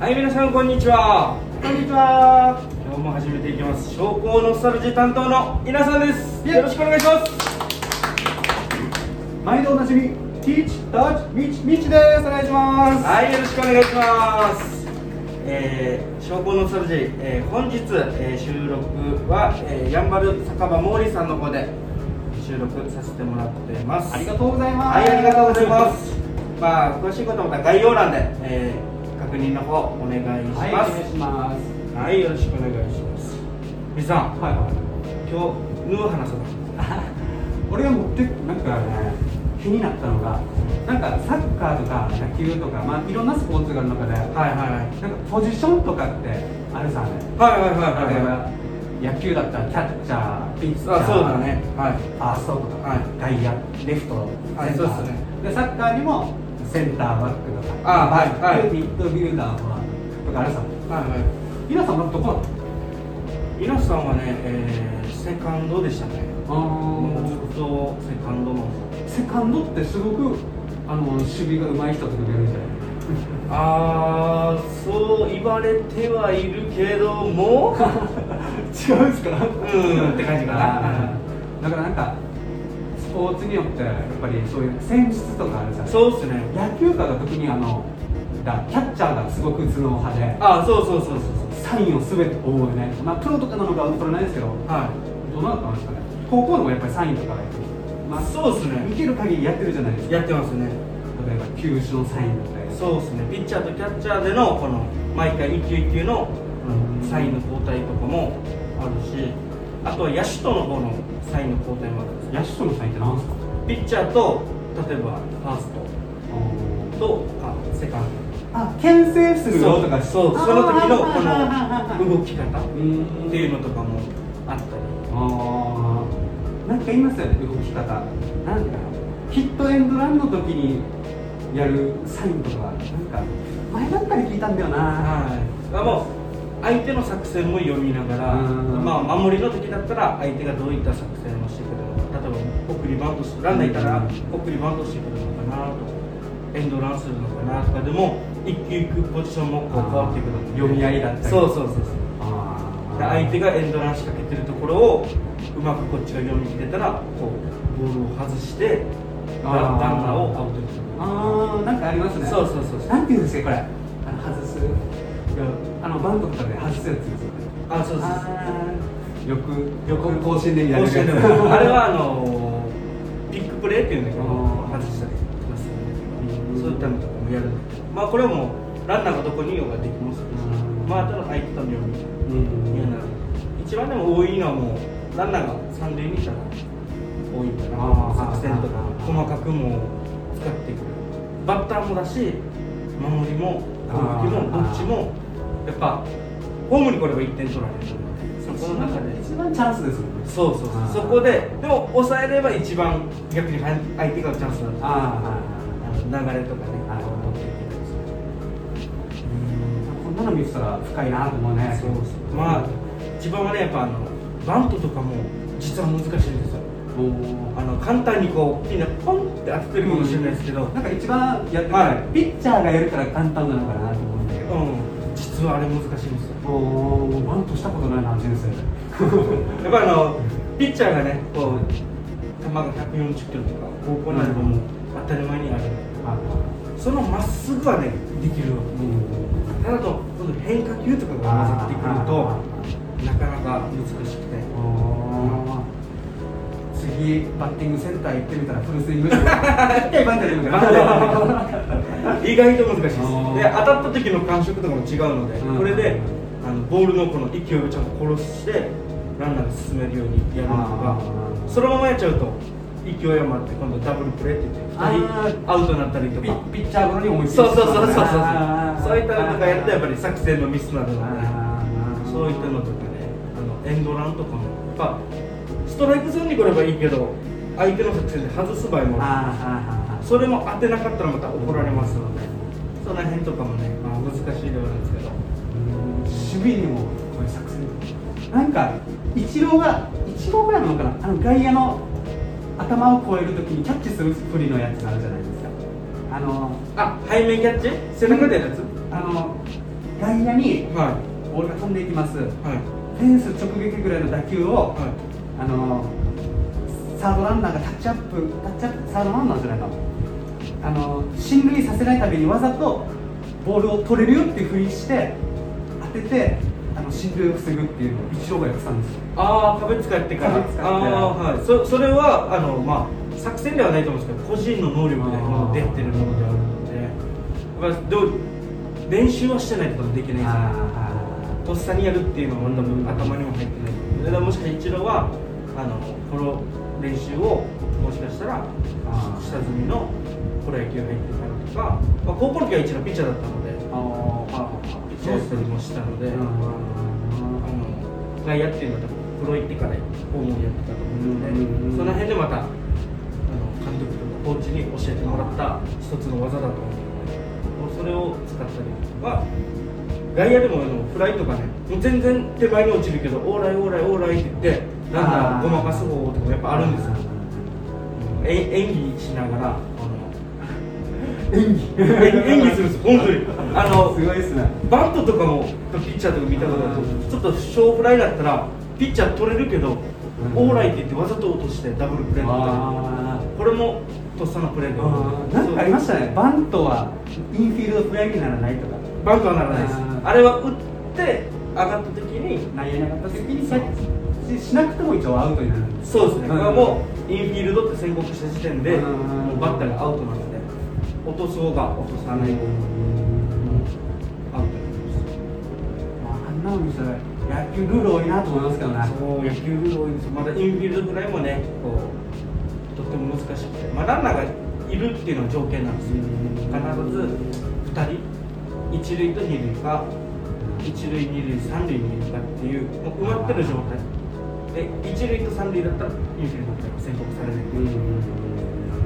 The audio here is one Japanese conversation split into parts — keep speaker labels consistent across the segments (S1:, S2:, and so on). S1: はい、皆さん、こんにちは。
S2: こんにちは。
S1: 今日も始めていきます。商工ノスタルジー担当の稲さんです。よろしくお願いします。
S2: 毎度おなじみ、ティーチ、ダッチ、ミチ、ミチです。お願いします。
S1: はい、よろしくお願いします。えー、商工ノスタルジー、えー本日、えー収録は、えーやんばる酒場毛利さんの方で収録させてもらってます。
S2: ありがとうございます。
S1: はい、ありがとうございま。す。まあ、詳しいことはまた概要欄で、えー確認の方お願いします。
S2: はい、お願いします。
S1: はい、よろしくお願いします。みさん、
S2: はいはい。
S1: 今日、ヌー話そうと思って
S2: 俺が持って、なんかね、気になったのが、なんかサッカーとか野球とか、まあいろんなスポーツがある中で、なんか
S1: はいはいはい
S2: ポジションとかってあるさね。
S1: はいはい
S2: 例
S1: はい
S2: えば野球だったらキャッチャー、ピッチャー、
S1: あそうだねはい
S2: ファーストとか、
S1: はい
S2: 外野、レフト、
S1: はい
S2: センター
S1: そうっすね
S2: でサッカーにもセンターバックとか、
S1: あはい
S2: バック
S1: はい
S2: ミッドフィルダーとかとかあるさ。
S1: はいは
S2: 皆さんのところ。
S1: い稲さんはね、えー、セカンドでしたねもうずっとセカンドの
S2: セカンドってすごくあの守備が上手い人とか出るんじゃない。
S1: ああそう言われてはいるけども
S2: 違うんです
S1: う
S2: か。
S1: んって感じかな
S2: あーだからなんかスポーツによってやっぱりそういう戦術とかあるじゃん。
S1: そうっすね
S2: 野球界が特にあのだキャッチャーがすごく頭脳派で
S1: あそうそうそうそうそう
S2: サインをすべて覚えない、まあ、プロとかなのかはそれないですけど
S1: はい
S2: どうなったんですかね高校でもやっぱりサインとかやってるまあ
S1: そうっす
S2: 見
S1: ね
S2: てる限りやってるじゃないですか
S1: やってますね
S2: 例えば球種のサインだったり
S1: そうっすねピッチャーとキャッチャーでのこの毎回一球一球の
S2: うん
S1: サインの交代とかもあるしあとは野手との方のサインの交代もあるんです
S2: 野手とのサインって何ですか
S1: ピッチャーと例えばファーストとあセカン
S2: あ牽制す
S1: ド
S2: るよとか
S1: そうその時のこの動
S2: き
S1: き方っ
S2: うん
S1: ていうのとかもあったり
S2: あーなんか言いますよね動き方なんかヒットエンドランの時にやるサインとかなんか前だったり聞いたんだよな
S1: はいあもう相手の作戦も読みながら、
S2: うん
S1: まあ、守りの時だったら相手がどういった作戦をしてくるのか例えば送りバントするランナーいたら送りバントしてくるのかなとエンドランするのかなとかでも一球一球ポジションもこう変わってくるので
S2: 読み合いだったり
S1: そうそうそうそう
S2: あー
S1: で相手がエンドラン仕掛けてるところをうまくこっちが読み切れたらこうボールを外してラン
S2: あー
S1: ランナーをアウトにする
S2: あーなんかありますね
S1: そうそうそうそう
S2: なんていうんですかこれあの外すいやあのバントとかで外すやつですよね
S1: あそうそうそう
S2: うよくよく甲子園でや
S1: 甲
S2: るやつ
S1: 子園でもあれはあのピックプレーっていうんだけど
S2: あー
S1: 外したりとかするんだけ
S2: うん
S1: どそういったのとかもやるんだけどまあこれはもうランナーがどこにいようができますし
S2: うん
S1: まあただ相手との読み切り
S2: うん
S1: にはなる一番でも多いのはもうランナーが三塁にいたら多いか
S2: あ
S1: な
S2: ー
S1: 作戦とか細かくもう使ってくるバッターもだし守りも攻撃
S2: あー
S1: もどっちもやっぱホームに来れば1点取られるのでそこの中で
S2: 一番チャンスですもんね
S1: そうそう
S2: あー
S1: そうそこででも抑えれば一番逆に相手がチャンスなんです
S2: あ
S1: 流れとかね
S2: あー
S1: 持っていけたりする
S2: あこんなの見てたら深いなと思うね
S1: そうそうまあ一番はねやっぱあのバントとかも実は難しいんですよ
S2: お
S1: あの簡単にこうみんなポンって当ててるかもしれないですけど、うん
S2: なんか一番やってた
S1: は
S2: らピッチャーがやるから簡単なのかなと思うんだけど
S1: 実はあれ難しいんですよ
S2: おーバントしたことないな人生
S1: やっぱりあのピッチャーがねこう球が140キロとか高校になればもう当たり前にある
S2: あ
S1: そのまっすぐはねできるわ
S2: ーうん
S1: ただと今度変化球とかが混ざってくるとなかなか難しくて
S2: おー次バッティングセンター行ってみたらフル スイングしてる一回バントでるから
S1: 意外と難しいですで
S2: あ
S1: 当
S2: ー
S1: たった時の感触とかも違うので、
S2: うん
S1: これであのボールのこの勢いをちゃんと殺してランナーが進めるようにやるのとか
S2: あー
S1: そのままやっちゃうと勢い余って今度ダブルプレーって言って
S2: あ
S1: 2
S2: ー
S1: 人アウトになったりと
S2: ピ
S1: か
S2: ッピッチャーゴロに思いつ
S1: そうそうそうそうそう
S2: あー
S1: そういったのとかやるとやっぱり作戦のミスなどがね
S2: あー
S1: そういったのとかね、あのエンドランとかも、やっぱストライクゾーンに来ればいいけど、相手の作戦で外す場合
S2: あーあー
S1: も
S2: あー
S1: ある、
S2: あー
S1: それも当てなかったらまた怒られますので、その辺とかもね、まあ、難しいようなんですけど、
S2: うん守備にもこういう作戦なんかイチローがイチローぐらいなのかなあの外野の頭を越えるときにキャッチするふりのやつがあるじゃないですかあの
S1: あ背面キャッチ、背中でやるやつ、
S2: あの外野に
S1: は
S2: ボールが飛んでいきますフ
S1: いはい
S2: ェンス直撃ぐらいの打球を、
S1: はい
S2: あのサードランナーがタッチアップタッチアップサードランナーじゃないかあの進塁させないためにわざとボールを取れるよっていうふうにして当ててあの進塁を防ぐっていうのを一応がやってたんですよ
S1: ああ壁使ってから
S2: 壁使って
S1: ああーはいそそれはあのまあ作戦ではないと思うんですけど個人の能力でもう出てるものであるのでやっぱりどう練習はしてないとできないんですよ
S2: あ
S1: とっさにやるっていうのは多分頭にも入ってないだからもしかしたら一郎はあのこの練習をもしかしたら
S2: あー
S1: 下積みのプロ野球入ってからとか、まあ、高校の時は一郎ピッチャーだったので
S2: あ
S1: ピッチャーやったりもしたので、あの外野っていうのは多分プロ行ってから訪問やってたと思うので、
S2: うん
S1: その辺でまたあの監督とかコーチに教えてもらった一つの技だと思うのでそれを使ったりとか外野でもあのフライとかねもう全然手前に落ちるけどオーライオーライオーライって言ってランナーをごまかす方法とかやっぱあるんですよえ演技しながらあの
S2: 演技
S1: 演技するんですよ本当にあの
S2: すごいですね
S1: バントとかもピッチャーとか見たことあるんですけどちょっと小フライだったらピッチャー取れるけど、
S2: ん
S1: オーライって言ってわざと落としてダブルプレー取った
S2: あ
S1: りこれもとっさのプレーで
S2: ーなんかありましたねバントはインフィールドプレーにならないとか
S1: バントはならないです
S2: あー
S1: あれは打って上がった時に
S2: 内野に上がった時にキャッチしなくても一応アウトになるんです
S1: そうですね
S2: うん
S1: これはもうインフィールドって宣告した時点で
S2: うん
S1: もうバッターがアウトなので落とす方が落とさない方がアウトになります
S2: あんなの見せら野球ルール多いなと思いますけどね
S1: そう野球ルール多いですまだインフィールドフライもねこうとっても難しくて、まあ、ランナーがいるっていうのは条件なんですよ必ず2人一塁と二塁か一塁二塁三塁にいるかっていうもう埋まってる状態で一塁と三塁だったらインフィールドフライが宣告されないっ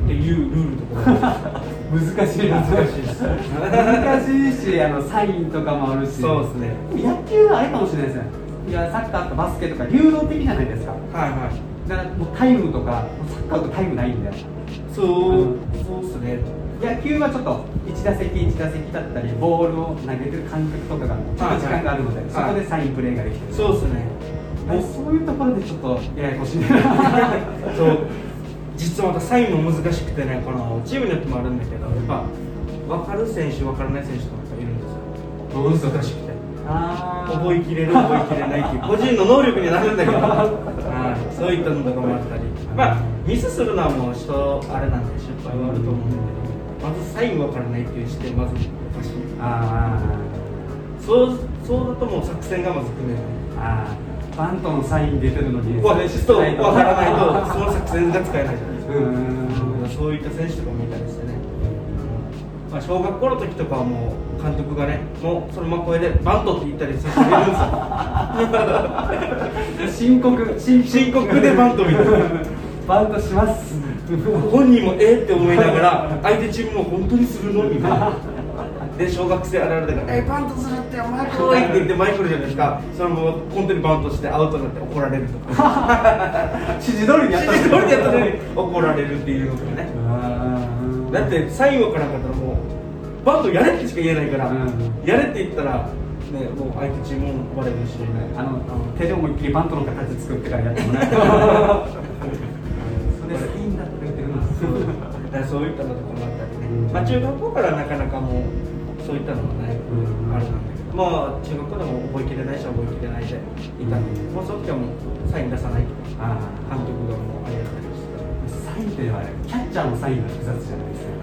S1: ていうルールとか
S2: 難しいな
S1: 難しいです
S2: 難しいしあのサインとかもあるし
S1: そうですね
S2: 野球はあれかもしれないですねいやサッカーとかバスケとか流動的じゃないですか
S1: はいはい
S2: だからもうタイムとかサッカーとかタイムないんで
S1: そうそうですね
S2: 野球はちょっと1打席1打席だったりボールを投げてる感覚とかがちょっと時間があるので、
S1: はい
S2: そこでサインプレーができてる
S1: そうですね
S2: あれそういうところでちょっとややこしいな
S1: そう実はまたサインも難しくてねこのチームによってもあるんだけどやっぱ分かる選手分からない選手とかいるんですよ
S2: どうですか
S1: 難しくて
S2: あー
S1: 覚えきれる覚えきれない っていう個人の能力になるんだ けど、はいそういったのとかもあったりまあミスするのはもう人あれなんで失敗はあると思うんだけどまずサイン分からないっていう視点まずおかしい
S2: あ
S1: そうそうだともう作戦がまず組めない
S2: ーあーバントのサイン出てるのに
S1: わそう分からないとそ
S2: そ
S1: の作戦が使えないじゃないですか
S2: うーん
S1: そういった選手とかもいたりしてね、まあ、小学校の時とかはもう監督がね、もうそのまま声でバントって言ったりする人もいるん ですよ、
S2: 申告申
S1: 申告でバントみたいな、
S2: バントします
S1: 本人もえーって思いながら、相手チームも本当にするのみたいな、で、小学生あるあるだから、えー、バントするって、お前来いって言って、前来るじゃないですか、そのまま本当にバントして、アウトになって怒られるとか、
S2: 指示通りにやった
S1: 指示通りでやったのに怒られるっていうのとかね。だってサイン分からなかったらもうバントやれってしか言えないから、
S2: うん
S1: やれって言ったら、ね、もう相手チームもバレるし、
S2: あの 手で思いっきりバントの形作ってからやってもらえそれ好きんだって言ってるの
S1: だからそういったのとかもあったりね、まあ、中学校からなかなかもうそういったのはない、
S2: うん
S1: あれなんだけどまあ中学校でも覚えきれないし覚えきれないでいたので、も
S2: うん
S1: うその時はもうサイン出さないとか
S2: あ
S1: 監督がもうあれやったりしてた
S2: ーサインというのはねキャッチャーのサインが複雑じゃないですか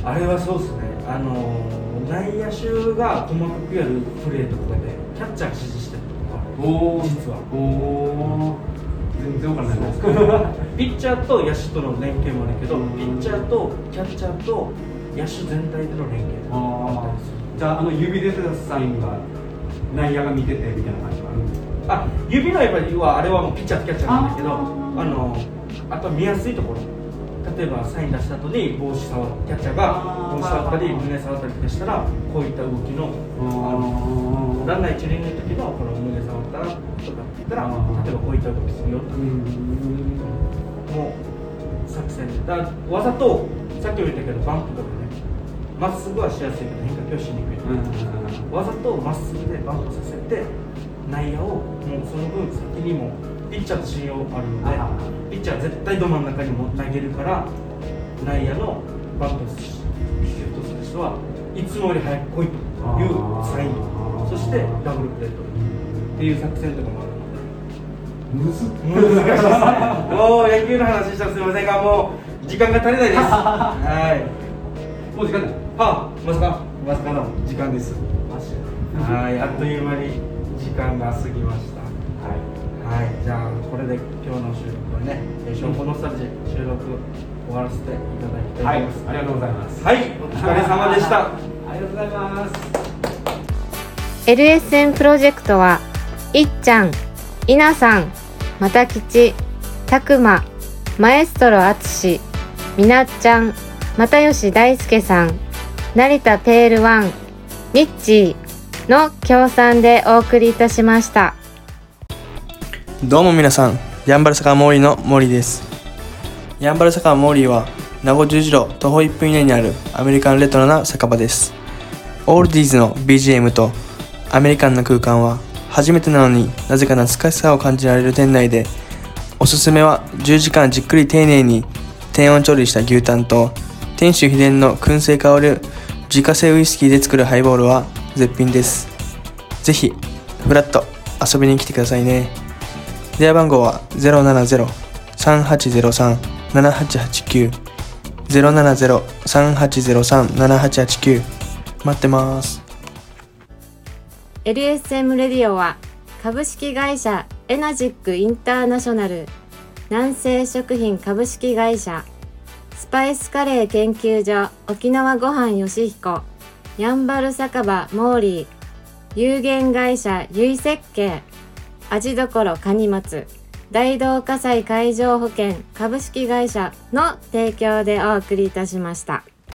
S1: あれはそうですね、あのー内野手が細かくやるプレーとかで、キャッチャーが指示してるとか、
S2: お
S1: ー実は
S2: おお全然わからないです
S1: ピッチャーと野手との連携もあるけど、
S2: うん
S1: ピッチャーとキャッチャーと野手全体での連携もあったりする
S2: じゃああの指で出たサインが内野が見ててみたいな感じがあるん
S1: あ
S2: です
S1: 指のやっぱりはあれはもうピッチャーとキャッチャーなんだけど
S2: あ
S1: あ
S2: ー
S1: のあとは見やすいところ例えばサイン出した後に帽子触るキャッチャーが
S2: あー
S1: 帽子触ったり
S2: はいはいはい
S1: 胸触ったりとかしたらこういった動きの
S2: あ
S1: あの
S2: の
S1: ランナー一塁の時のこの胸触ったらとかって言ったら
S2: あー
S1: 例えばこういった動きするよとかもう作戦でだからわざとさっきも言ったけどバンクとかねまっすぐはしやすいけど変化球はしにくい、
S2: うんうんうん
S1: わざとまっすぐでバントさせて内野をもうその分先にもピッチャーと信用ある
S2: あ
S1: のでピッチャーは絶対ど真ん中にも投げるから内野のバントし引き落とす人はいつもより早く来いというサイン
S2: あー
S1: そしてダブルプレートっていう作戦とかもあるので。
S2: むずっ
S1: 難しいですね。もう野球の話したらすみませんが、もう時間が足りないです。はい。
S2: もう時間だ
S1: あ、まさか、まさかの時間です。
S2: マジで
S1: はい、あっという間に時間が過ぎました。
S2: は
S1: はい、じゃあ、これで今日の収録はね、えー証拠のスタジオ収録終わらせていただきたい
S2: い
S1: と思い
S2: ありがとうございます
S1: ます。はい、お疲れ様でした。
S2: ありがとうございます
S3: LSN プロジェクトはいっちゃん、いなさん、またきち、たくま、マエストロあつし、みなっちゃん、またよし大輔さん、成田ペールワン、ミッチーの協賛でお送りいたしました。
S4: どうも皆さん、ヤンバル坂モーリーのモーリーです。ヤンバル坂モーリーは、名護十字路徒歩1分以内にあるアメリカンレトロな酒場です。オールディーズの BGM とアメリカンな空間は、初めてなのになぜか懐かしさを感じられる店内で、おすすめは10時間じっくり丁寧に低温調理した牛タンと、店主秘伝の燻製香る自家製ウイスキーで作るハイボールは絶品です。ぜひ、フラッと遊びに来てくださいね。電話番号は070-3803-7889 070-3803-7889待ってます。
S3: LSM レディオは株式会社エナジックインターナショナル南西食品株式会社スパイスカレー研究所沖縄ごはんよしひこやんばる酒場モーリー有限会社ゆい設計味どころかに松大同火災海上保険株式会社の提供でお送りいたしました。